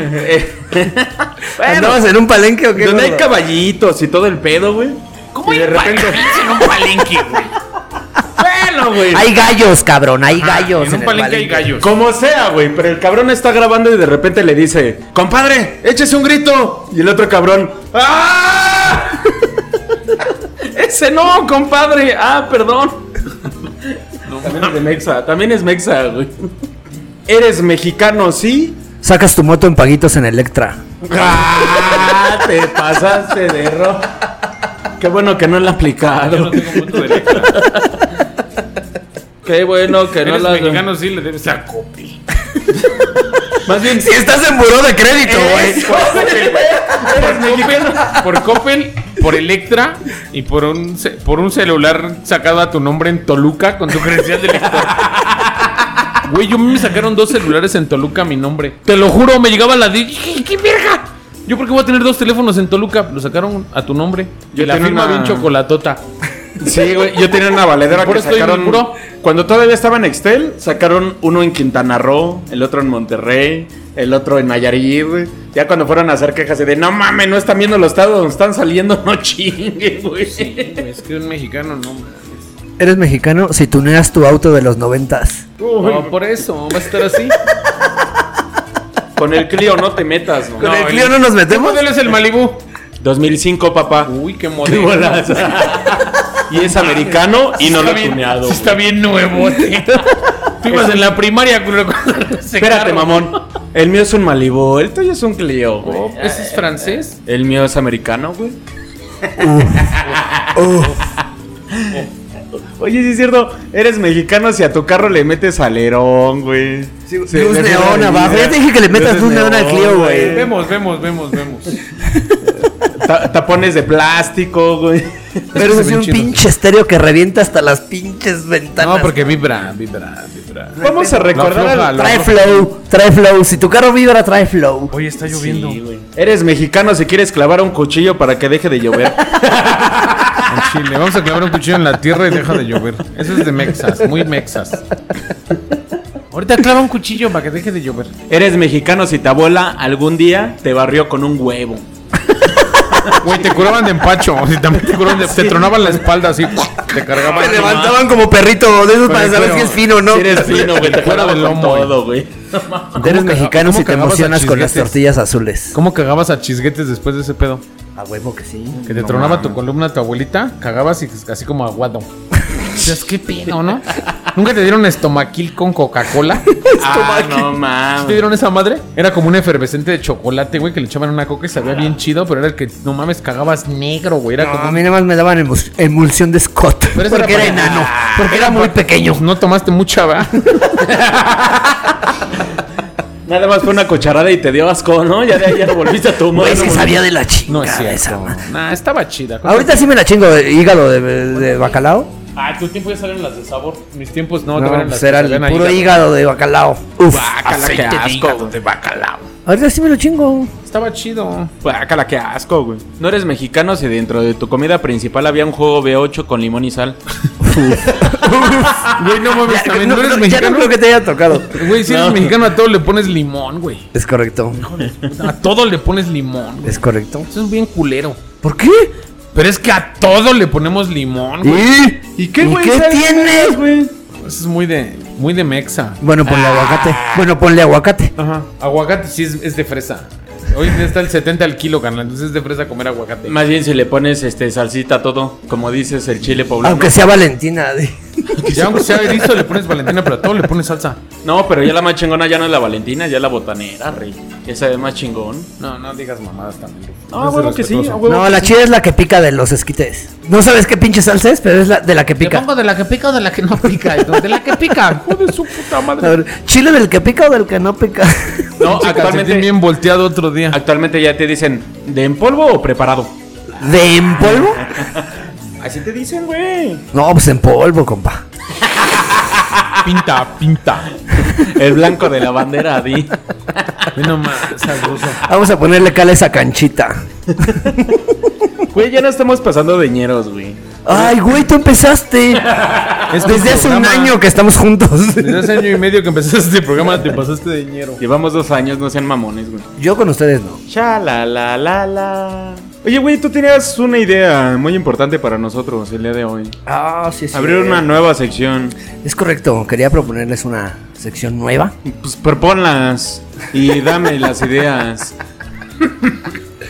¿Andabas en un palenque o qué?
donde hay
gordo?
caballitos y todo el pedo, güey.
¿Cómo
Y de repente.
en un palenque, güey?
Bueno, güey.
Hay gallos, cabrón. Hay gallos.
En un
el
palenque hay gallos.
Como sea, güey, pero el cabrón está grabando y de repente le dice, compadre, échese un grito. Y el otro cabrón, ¡ah! Ese no, compadre. Ah, perdón. también es de Mexa, también es Mexa, güey. ¿Eres mexicano, sí?
Sacas tu moto en paguitos en Electra.
Ah, te pasaste de ro. Qué bueno que no la
Yo
aplicaron.
no tengo punto de letra.
Qué bueno que
Eres
la
mexicano, sí, le debes a copi.
Más bien,
Si estás en buró de crédito, güey.
por Coppel, por Coppel, por Electra y por un ce- por un celular sacado a tu nombre en Toluca con tu credencial de lector. Güey, yo me sacaron dos celulares en Toluca a mi nombre. Te lo juro, me llegaba la de "¿Qué- qué verga. Yo porque voy a tener dos teléfonos en Toluca, lo sacaron a tu nombre.
Yo
Yo la
tenía
firma
una-
bien chocolatota.
Sí, güey. Yo tenía una valedera
Puro
que
estoy
sacaron.
puro.
Cuando todavía estaba en Excel, sacaron uno en Quintana Roo, el otro en Monterrey, el otro en Nayarit, güey. Ya cuando fueron a hacer quejas de no mames, no están viendo los estados donde están saliendo, no chingue, güey.
Es que un mexicano no.
Eres mexicano si tuneas tu auto de los noventas.
No, por eso. ¿Vas a estar así?
Con el Clio no te metas, ¿no?
Con el Clio no nos
¿Qué
metemos.
modelo es el Malibu?
2005, papá.
Uy, qué
Qué
modelo.
bolas. y es americano y no lo he tuneado.
Sí
güey.
está bien nuevo. tío. Tú ibas en la primaria, culo. cuando ese
Espérate,
carro.
mamón. El mío es un Malibu, el tuyo es un Clio, güey.
Oh, ¿Ese es francés?
El mío es americano, güey. Oye, sí es cierto, eres mexicano si a tu carro le metes alerón, güey.
Sí, luz
Se le fue la
neón
vida.
abajo. Ya te dije que le metas luz neón al Clio,
Eh,
güey.
Vemos, vemos, vemos, vemos.
Ta- tapones de plástico, güey.
Pero
se
es
ven
un
chidos.
pinche estéreo que revienta hasta las pinches ventanas.
No, porque vibra, vibra, vibra.
Vamos a
No,
recordar.
afloja,
al-
la-
Trae flow, trae flow. Si tu carro vibra, trae flow.
Oye, está lloviendo.
Sí, güey. Eres mexicano si quieres clavar un cuchillo para que deje de
En
llover.
Chile, vamos a clavar un cuchillo en la tierra y deja de llover. Eso es de mexas, muy mexas. Ahorita clava un cuchillo para que deje de llover.
Eres mexicano si tu abuela algún día te barrió con un huevo.
Güey, te curaban de empacho. o sea, también te curaban de- Te tronaban la espalda así. Te cargaban.
Te levantaban como perrito de esos para
Pero,
saber
pero,
si es fino o no.
Si eres fino, güey, te
Fuera
clavo
del
con
lomo,
todo, güey.
Eres
¿Cómo
mexicano
caga-
si
cómo
te
cagabas a
emocionas con las
chisguetes?
tortillas azules.
¿Cómo cagabas a chisguetes después de ese pedo?
A huevo que sí.
Que te tronaba tu columna tu abuelita, cagabas y así como aguado. Dices, qué pino, ¿no? ¿Nunca te dieron estomaquil con Coca-Cola?
Ah, no
¿Te
mames.
dieron esa madre? Era como un efervescente de chocolate, güey, que le echaban una coca y sabía bien chido, pero era el que, no mames, cagabas negro, güey. Era
No,
como
a mí nada más me daban emul- emulsión de Scott.
Pero ese
porque
era
era,
para-
enano. Porque era muy pequeño.
Pues no tomaste mucha, ¿verdad?
Nada más fue una cucharada y te dio asco, ¿no? Ya de ahí ya no volviste a tu
Güey, se
madre.
sabía de la chingada
No es
esa
cierto.
madre.
Nah, estaba chida.
Ahorita sí me la chingo de hígado de, de bacalao.
Ah, tu tiempo ya salen las de sabor. Mis tiempos
No,
no, te eran
pues
las
era el
sabían a
puro hígado. de bacalao. Uf.
Guácala, qué asco. De bacalao.
Ahorita sí me lo chingo.
Estaba chido.
Guácala, qué asco, güey. No eres mexicano si dentro de tu comida principal había un juego B8 con limón y sal.
Güey, no mames,
Ya,
también
no,
no
no, ya no
eres mexicano.
creo que te haya tocado.
Güey, si eres mexicano a todo le pones limón, güey.
Es correcto.
A todo le pones limón. güey.
Es correcto.
Eso es bien culero.
¿Por qué?
Pero es que a todo le ponemos limón, güey.
¿Y,
qué, güey?
qué
¿Sabes
tiene?
Eso Pues es muy de, muy de mexa. Ah,
Bueno, pues ponle aguacate. Bueno, ponle aguacate.
Ajá. Aguacate sí es, es de fresa. Hoy está el 70 al kilo, carnal. Entonces es de fresa comer aguacate.
Más bien si le pones este salsita a todo, como dices el chile poblano.
Aunque sea Valentina. de-
Ya aunque sea erizo le pones valentina, pero a todo le pones salsa.
No, pero ya la más chingona ya no es la Valentina, ya es la botanera, rey. Esa es más chingón.
No, no digas mamadas también. Rufo.
Ah,
No seas
bueno que sí,
respetuoso.
ah,
No, la chida es la que pica de los esquites. No sabes qué pinche salsa es, pero es la de la que
¿Le
pica.
pongo de la que pica o de la que no pica? De la que pica. Joder, su puta
A
madre.
ver, ¿Chile del que pica o del que no pica?
No,
Actualmente
actualmente,
bien volteado otro día.
actualmente ya te dicen, ¿de en polvo o preparado?
¿De en polvo?
Así te dicen, güey.
No, pues en polvo, compa.
Pinta, pinta.
El blanco de la bandera, di.
Ve nomás, al ruso.
Vamos a ponerle cal a esa canchita.
Güey, ya no estamos pasando de ñeros, güey.
Ay, güey, tú empezaste.
Es
Desde hace un
programa.
año que estamos juntos.
Desde hace año y medio que empezaste este programa te pasaste de dinero.
Llevamos dos años, no sean mamones, güey.
Yo con ustedes no.
Cha la la la la. Oye, güey, tú tenías una idea muy importante para nosotros el día de hoy.
Ah, sí, sí.
Abrir una nueva sección.
Es correcto, quería proponerles una sección nueva.
Pues proponlas y dame las ideas.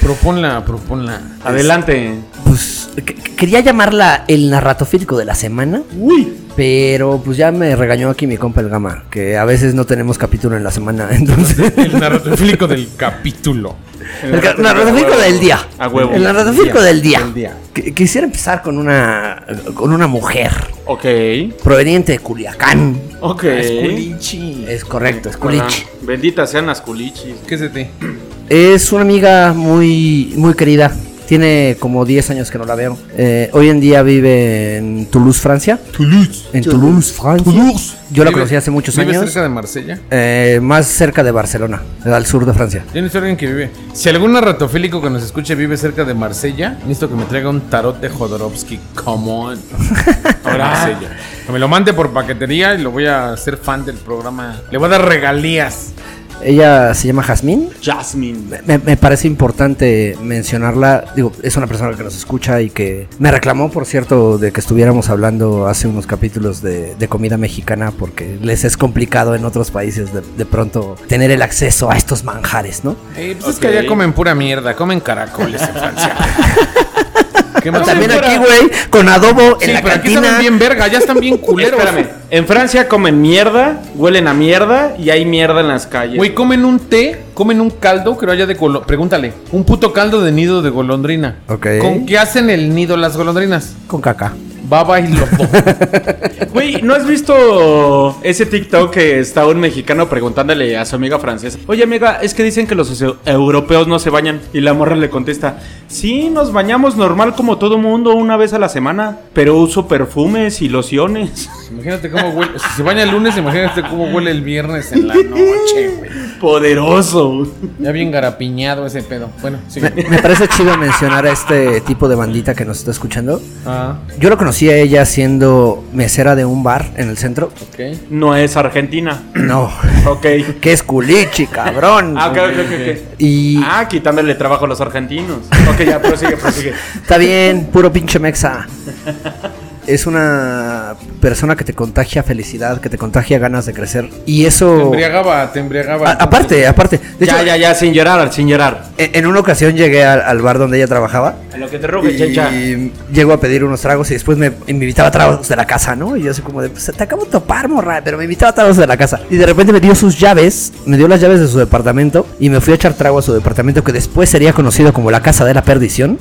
Proponla, proponla.
Adelante.
Pues que- que- quería llamarla el narratofílico de la semana,
Uy.
pero pues ya me regañó aquí mi compa el Gama, que a veces no tenemos capítulo en la semana, entonces.
El narratofílico del capítulo.
El ca- narratofílico del día.
A huevo.
El narratofílico del día.
Del día.
Qu- Quisiera empezar con una con una mujer
Ok.
proveniente de Culiacán.
Ok.
Eh. Es correcto, es
Bueno,
culichi.
Benditas sean las culichis.
¿Qué es de ti?
Es una amiga muy, muy querida Tiene como 10 años que no la veo. Eh, hoy en día vive en Toulouse, Francia. Toulouse. En Toulouse, Francia. Yo la
Vive-
conocí hace muchos
¿vive
años.
cerca de Marsella?
eh, más cerca de Barcelona, al sur de Francia.
Yo necesito a alguien que vive. Si algún ratofílico que nos escuche vive cerca de Marsella, necesito que me traiga un tarot de Jodorowsky. Come on. A
Ah.
Marsella. Que me lo mande por paquetería y lo voy a hacer fan del programa. Le voy a dar regalías.
Ella se llama Jazmín.
Jasmine.
Me- Me, me parece importante mencionarla. Digo, es una persona que nos escucha y que me reclamó, por cierto, de que estuviéramos hablando hace unos capítulos de, de comida mexicana porque les es complicado en otros países de, de pronto tener el acceso a estos manjares, ¿no?
Eh, pues es que allá comen pura mierda, comen caracoles en Francia. ¿Qué más?
También aquí, güey, con adobo en
Sí,
la
pero aquí están
cantina.
bien verga, ya están bien culeros.
Espérame. En Francia comen mierda, huelen a mierda y hay mierda en las calles.
Güey, comen un té, comen un caldo, creo allá de colo- Pregúntale, un puto caldo de nido de golondrina.
Ok.
¿Con qué hacen el nido las golondrinas?
Con caca.
Baba y lobo.
Güey, ¿no has visto ese TikTok que está un mexicano preguntándole a su amiga francesa? Oye, amiga, es que dicen que los eu- europeos no se bañan. Y la morra le contesta, sí, nos bañamos normal como todo mundo una vez a la semana, pero uso perfumes y lociones.
Imagínate cómo huele. Si se baña el lunes, imagínate cómo huele el viernes en la noche, güey.
Poderoso.
Ya bien garapiñado ese pedo. Bueno, sí.
Me, me parece chido mencionar a este tipo de bandita que nos está escuchando.
Ah,
Yo lo conocí a ella siendo mesera de un bar en el centro.
ok.
No es Argentina.
No,
Ok.
que es culichi, cabrón.
Ah, ok, ok, ok, ok.
Y
Ah, quitándole trabajo a los argentinos. Ok, ya, prosigue, prosigue.
Está bien, puro pinche mexa. Es una persona que te contagia felicidad, que te contagia ganas de crecer. Y
Te
eso.
embriagaba, te embriagaba.
Oh. A- aparte, aparte. De
ya,
hecho,
ya, ya, sin llorar, sin llorar.
En en una ocasión llegué al, al bar donde ella trabajaba.
A lo que te robe, chencha.
Y llego a pedir unos tragos y después me, y me invitaba a tragos de la casa, ¿no? Y yo así como de, pues te acabo de topar, morra, pero me invitaba a tragos de la casa. Y de repente me dio sus llaves, me dio las llaves de su departamento y me fui a echar trago a su departamento que después sería conocido como la casa de la perdición.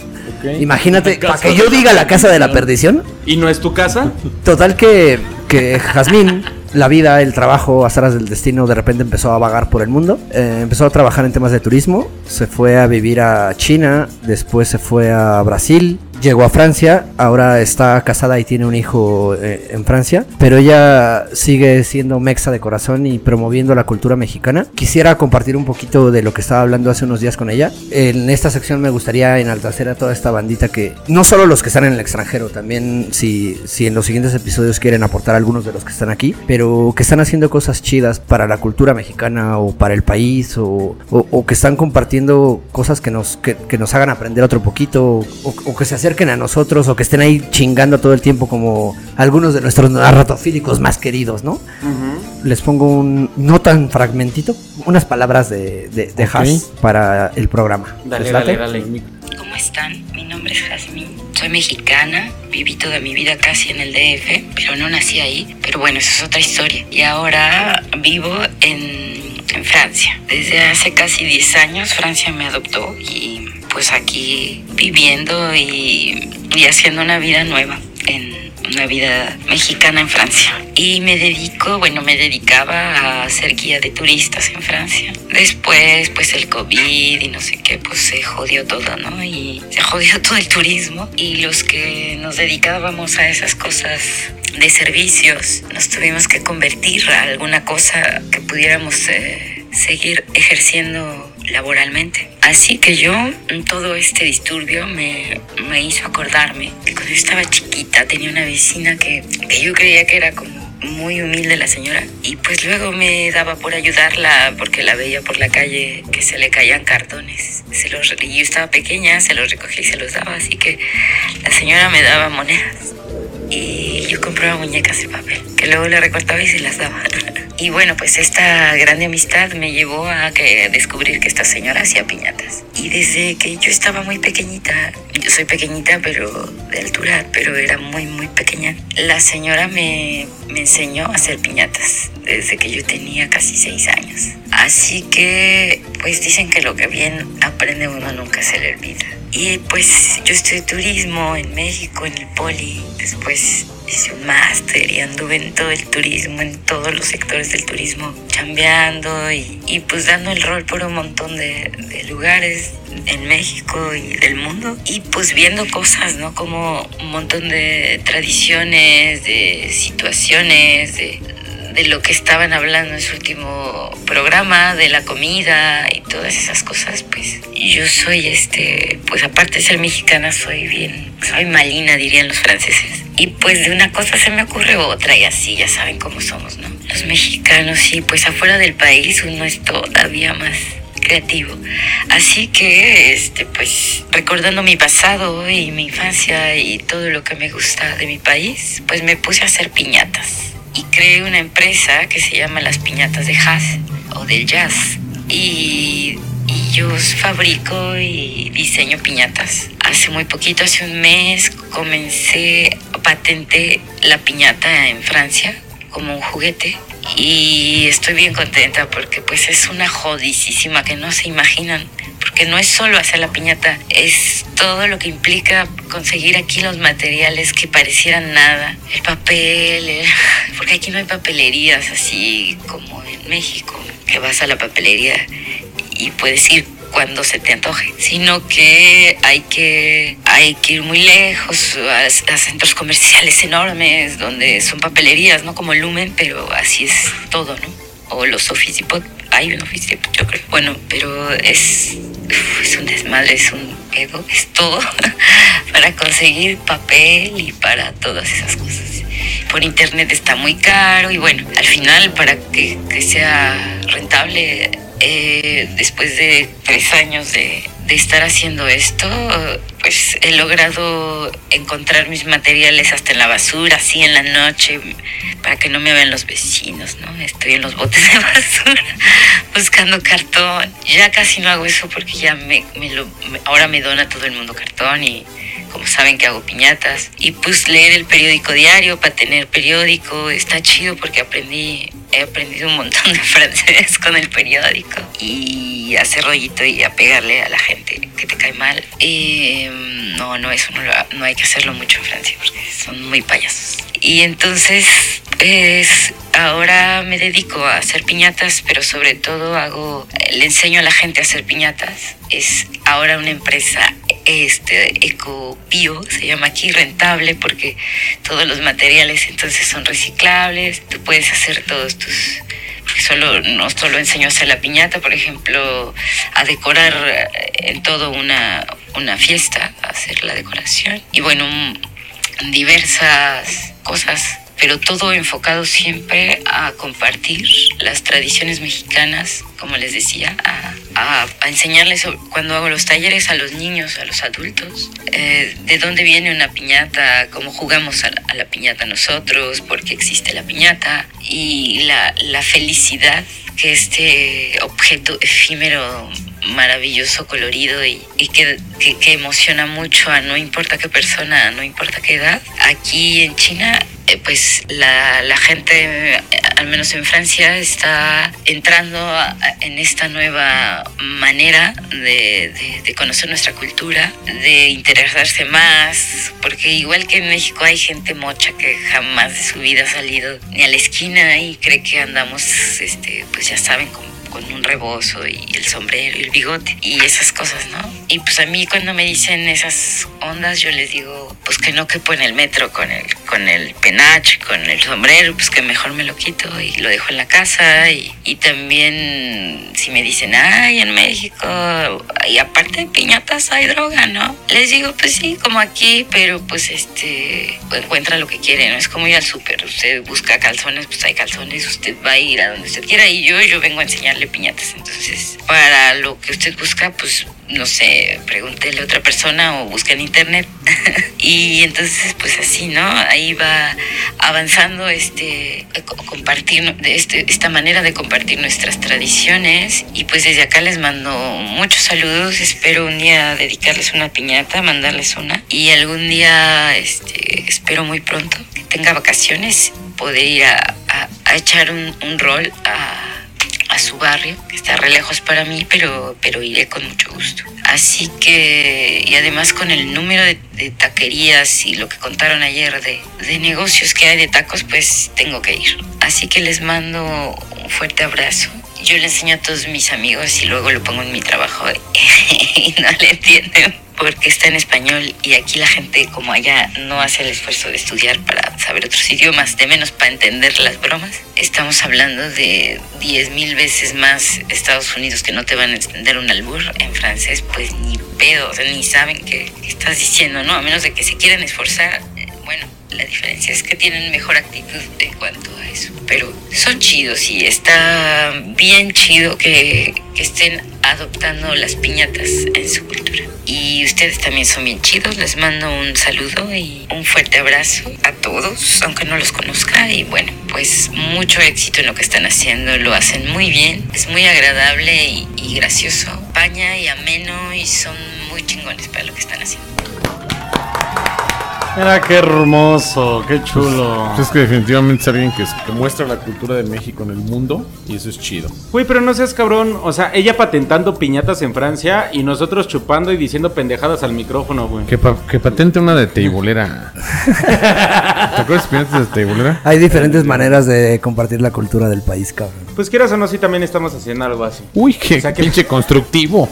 Imagínate, para que yo diga la casa de la perdición.
¿Y no es tu casa?
Total que, que Jazmín, la vida, el trabajo, azaras del destino, de repente empezó a vagar por el mundo. Eh, empezó a trabajar en temas de turismo, se fue a vivir a China, después se fue a Brasil, llegó a Francia, ahora está casada y tiene un hijo eh, en Francia, pero ella sigue siendo mexa de corazón y promoviendo la cultura mexicana. Quisiera compartir un poquito de lo que estaba hablando hace unos días con ella. Eh, En esta sección me gustaría enaltecer a toda esta bandita que, no solo los que están en el extranjero, también si, si en los siguientes episodios quieren aportar algunos de los que están aquí, pero que están haciendo cosas chidas para la cultura mexicana o para el país o, o- o que están compartiendo cosas que nos, que, que nos hagan aprender otro poquito o, o que se acerquen a nosotros o que estén ahí chingando todo el tiempo como algunos de nuestros narratofílicos más queridos, ¿no? Les pongo un no tan fragmentito, unas palabras de, de, de Haas para el programa.
Dale,
¿Les late?
dale, dale.
¿Cómo están? Mi nombre es Jazmín. Soy mexicana, viví toda mi vida casi en el DF, pero no nací ahí. Pero bueno, eso es otra historia. Y ahora vivo en, en Francia. Desde hace casi 10 años Francia me adoptó y pues aquí viviendo y, y haciendo una vida nueva en una vida mexicana en Francia. Y me dedico, bueno, me dedicaba a ser guía de turistas en Francia. Después, pues el COVID y no sé qué, pues se jodió todo, ¿no? Y se jodió todo el turismo. Y los que nos dedicábamos a esas cosas de servicios, nos tuvimos que convertir a alguna cosa que pudiéramos eh, seguir ejerciendo laboralmente. Así que yo, en todo este disturbio, me, me hizo acordarme que cuando yo estaba chiquita tenía una vecina que, que yo creía que era como muy humilde la señora y pues luego me daba por ayudarla porque la veía por la calle que se le caían cartones se los, y yo estaba pequeña se los recogí y se los daba así que la señora me daba monedas y yo compraba muñecas de papel, que luego le recortaba y se las daba. Y bueno, pues esta grande amistad me llevó a que- a descubrir que esta señora hacía piñatas. Y desde que yo estaba muy pequeñita, yo soy pequeñita pero de altura, pero era muy muy pequeña, la señora me, me enseñó a hacer piñatas desde que yo tenía casi seis años. Así que pues dicen que lo que bien aprende uno nunca se le olvida. Y pues yo estudié turismo en México, en el Poli. Después hice un máster y anduve en todo el turismo, en todos los sectores del turismo, chambeando y, y, pues dando el rol por un montón de, de lugares en México y del mundo. Y pues viendo cosas, ¿no? Como un montón de tradiciones, de situaciones, de, de lo que estaban hablando en su último programa, de la comida y todas esas cosas, pues yo soy este, pues aparte de ser mexicana, soy bien, soy malina, dirían los franceses. Y pues de una cosa se me ocurre otra y así, ya saben cómo somos, ¿no? Los mexicanos, sí, pues afuera del país uno es todavía más creativo. Así que, este, pues, recordando mi pasado y mi infancia y todo lo que me gusta de mi país, pues me puse a hacer piñatas y creé una empresa que se llama Las Piñatas de Jazz o del Jazz. Y, y yo fabrico y diseño piñatas. Hace muy poquito, hace un mes, comencé, patenté la piñata en Francia como un juguete y estoy bien contenta porque pues es una jodicísima que no se imaginan porque no es solo hacer la piñata, es todo lo que implica conseguir aquí los materiales que parecieran nada, el papel, el- porque aquí no hay papelerías así como en México, que vas a la papelería y puedes ir cuando se te antoje, sino que hay que hay que ir muy lejos a, a centros comerciales enormes donde son papelerías, no como Lumen, pero así es todo, ¿no? O los Office Depot, hay un Office Depot, yo creo. Bueno, pero es uf, es un desmadre, es un pedo, es todo para conseguir papel y para todas esas cosas por internet está muy caro y bueno, al final para que, que sea rentable, eh, después de tres años de, de estar haciendo esto, pues he logrado encontrar mis materiales hasta en la basura, así en la noche, para que no me vean los vecinos, ¿no? Estoy en los botes de basura buscando cartón. Ya casi no hago eso porque ya me, me lo, me- ahora me dona todo el mundo cartón y como saben que hago piñatas. Y pues leer el periódico diario para tener periódico está chido porque aprendí, he aprendido un montón de francés con el periódico. Y hacer rollito y a pegarle a la gente que te cae mal. Eh, no, no, eso no, lo ha- no hay que hacerlo mucho en Francia porque son muy payasos. Y entonces, pues ahora me dedico a hacer piñatas, pero sobre todo hago, le enseño a la gente a hacer piñatas. Es ahora una empresa este ecopío se llama aquí rentable porque todos los materiales entonces son reciclables tú puedes hacer todos tus porque solo no solo enseño a hacer la piñata por ejemplo a decorar eh, en todo una una fiesta a hacer la decoración y bueno un- diversas cosas pero todo enfocado siempre a compartir las tradiciones mexicanas, como les decía, a, a- a enseñarles sobre- cuando hago los talleres a los niños, a los adultos, eh, de dónde viene una piñata, cómo jugamos a la, a la piñata nosotros, por qué existe la piñata y la, la felicidad que este objeto efímero maravilloso, colorido y, y que, que- que emociona mucho a no importa qué persona, no importa qué edad. Aquí en China, eh, pues la, la gente, eh, al menos en Francia, está entrando a- a- en esta nueva manera de, de- de conocer nuestra cultura, de interesarse más, porque igual que en México hay gente mocha que jamás de su vida ha salido ni a la esquina y cree que andamos, este, pues ya saben, como con un rebozo y el sombrero y el bigote y esas cosas, ¿no? Y pues a mí cuando me dicen esas ondas yo les digo, pues que no quepo en el metro con el, con el penacho, y con el sombrero, pues que mejor me lo quito y lo dejo en la casa y, y también si me dicen, ay, en México, y aparte de piñatas hay droga, ¿no? Les digo, pues sí, como aquí, pero pues este, encuentra lo que quiere, ¿no? Es como ir al súper, usted busca calzones, pues hay calzones, usted va a ir a donde usted quiera y yo, yo vengo a enseñarle piñatas. Entonces, para lo que usted busca, pues no sé, pregúntele a otra persona o busque en internet. y entonces, pues así, ¿no? Ahí va avanzando este, eh, co- compartir, ¿no? de este, esta manera de compartir nuestras tradiciones. Y pues desde acá les mando muchos saludos. Espero un día dedicarles una piñata, mandarles una. Y algún día, este, espero muy pronto que tenga vacaciones, poder ir a, a- a echar un, un rol a a a su barrio, que está re lejos para mí, pero, pero iré con mucho gusto. Así que, y además con el número de, de taquerías y lo que contaron ayer de, de negocios que hay de tacos, pues tengo que ir. Así que les mando un fuerte abrazo. Yo le enseño a todos mis amigos y luego lo pongo en mi trabajo y no le entienden porque está en español y aquí la gente como allá no hace el esfuerzo de estudiar para saber otros idiomas, de menos para entender las bromas. Estamos hablando de 10 mil veces más Estados Unidos que no te van a entender un albur en francés, pues ni pedo, o sea, ni saben qué qué estás diciendo, ¿no? A menos de que se quieran esforzar, eh, bueno. La diferencia es que tienen mejor actitud en cuanto a eso. Pero son chidos y está bien chido que, que estén adoptando las piñatas en su cultura. Y ustedes también son bien chidos. Les mando un saludo y un fuerte abrazo a todos, aunque no los conozca. Y bueno, pues mucho éxito en lo que están haciendo. Lo hacen muy bien. Es muy agradable y, y gracioso. Paña y ameno y son muy chingones para lo que están haciendo.
Mira qué hermoso, qué chulo.
Pues es que definitivamente es alguien que, es- que muestra la cultura de México en el mundo y eso es chido.
Güey, pero no seas cabrón. O sea, ella patentando piñatas en Francia y nosotros chupando y diciendo pendejadas al micrófono, güey.
Que, pa- que patente una de teibolera. ¿Te acuerdas de piñatas de teibolera?
Hay diferentes maneras de compartir la cultura del país, cabrón.
Pues quieras o no, sí también estamos haciendo algo así.
Uy, qué
O sea, que-
pinche constructivo.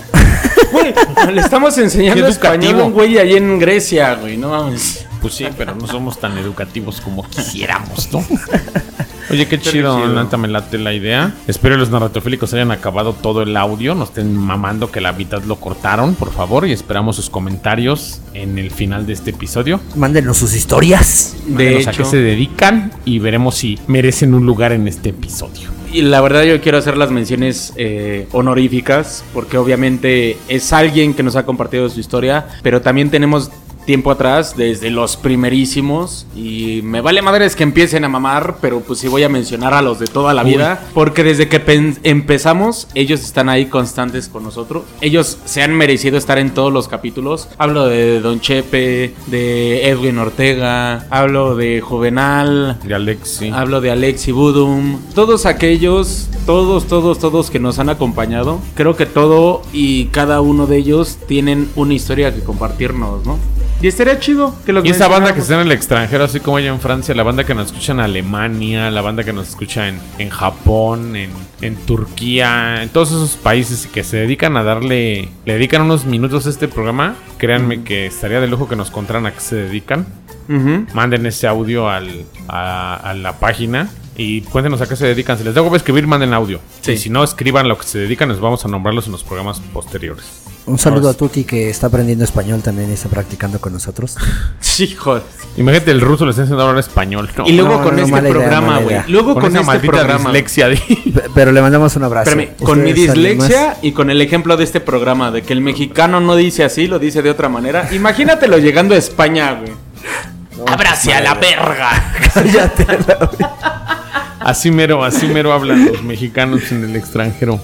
Güey, le estamos enseñando
Qué
español a
educativo.
un güey ahí en Grecia, güey. No mames.
Pues sí, pero no somos tan educativos como quisiéramos, ¿no? Oye, qué chido,
chido.
Nanta, me late la idea. Espero los narratofílicos hayan acabado todo el audio, no estén mamando que la mitad lo cortaron, por favor, y esperamos sus comentarios en el final de este episodio.
Mándenos sus historias.
De
Mándenos a
hecho,
qué se dedican y veremos si merecen un lugar en este episodio.
y la verdad yo quiero hacer las menciones eh, honoríficas, porque obviamente es alguien que nos ha compartido su historia, pero también tenemos tiempo atrás, desde los primerísimos, y me vale madres que empiecen a mamar, pero pues sí voy a mencionar a los de toda la
Uy.
vida, porque desde que pen- empezamos, ellos están ahí constantes con nosotros, ellos se han merecido estar en todos los capítulos, hablo de Don Chepe, de Edwin Ortega, hablo de Juvenal,
De Alexi.
Hablo de Alexi Budum. Todos aquellos, todos, todos, todos que nos han acompañado. Creo que todo y cada uno de ellos tienen una historia que compartirnos, ¿no? Y estaría chido que los
Y esa banda que
mencionáramos.
está en el extranjero, así como allá en Francia, la banda que nos escucha en Alemania, la banda que nos escucha en, en Japón, en, en Turquía, en todos esos países y que se dedican a darle, le dedican unos minutos a este programa, créanme que estaría de lujo que nos contaran a qué se dedican.
Ujú.
Manden ese audio al, a, a la página y cuéntenos a qué se dedican. Si les tengo que escribir, manden audio.
Sí.
Y si no, escriban lo que se dedican, les vamos a nombrarlos en los programas posteriores.
Un saludo a Tuti que está aprendiendo español también y está practicando con nosotros.
Sí, joder.
Imagínate, el ruso les está enseñando ahora español. ¿no?
Y luego
no,
con
no,
este
mala idea,
programa,
mala
güey.
idea.
Luego con,
esa
este
maldita
programa.
dislexia. de-
P- Pero le mandamos un abrazo.
Espérame, con mi
Ustedes salen
dislexia y con el ejemplo de este programa, de que el mexicano no dice así, lo dice de otra manera. Imagínatelo llegando a España, güey.
Abrace a la verga.
más. Cállate, la-
Así mero, así mero hablan los mexicanos en el extranjero.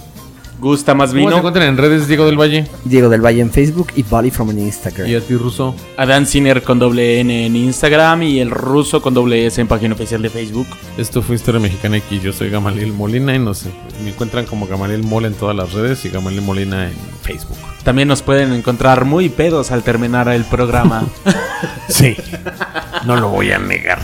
Gusta más
¿Cómo se
vino.
encuentran en redes Diego del Valle?
Diego del Valle en Facebook y Bali from en Instagram.
Y a ti, Ruso.
Adán Ciner con doble N en Instagram y el ruso con doble S en página oficial de Facebook.
Esto fue Historia Mexicana X. Yo soy Gamaliel Molina y no sé. Me encuentran como Gamaliel Mol en todas las redes y Gamaliel Molina en Facebook.
También nos pueden encontrar muy pedos al terminar el programa.
Sí. No lo voy a negar.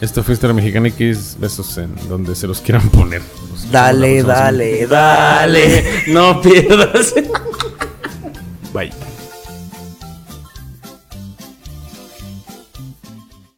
Esto fue Historia Mexicana X. Besos en donde se los quieran poner. Los
Dale,
escuchamos la próxima
dale, dale.
no pierdas.
semana. Bye.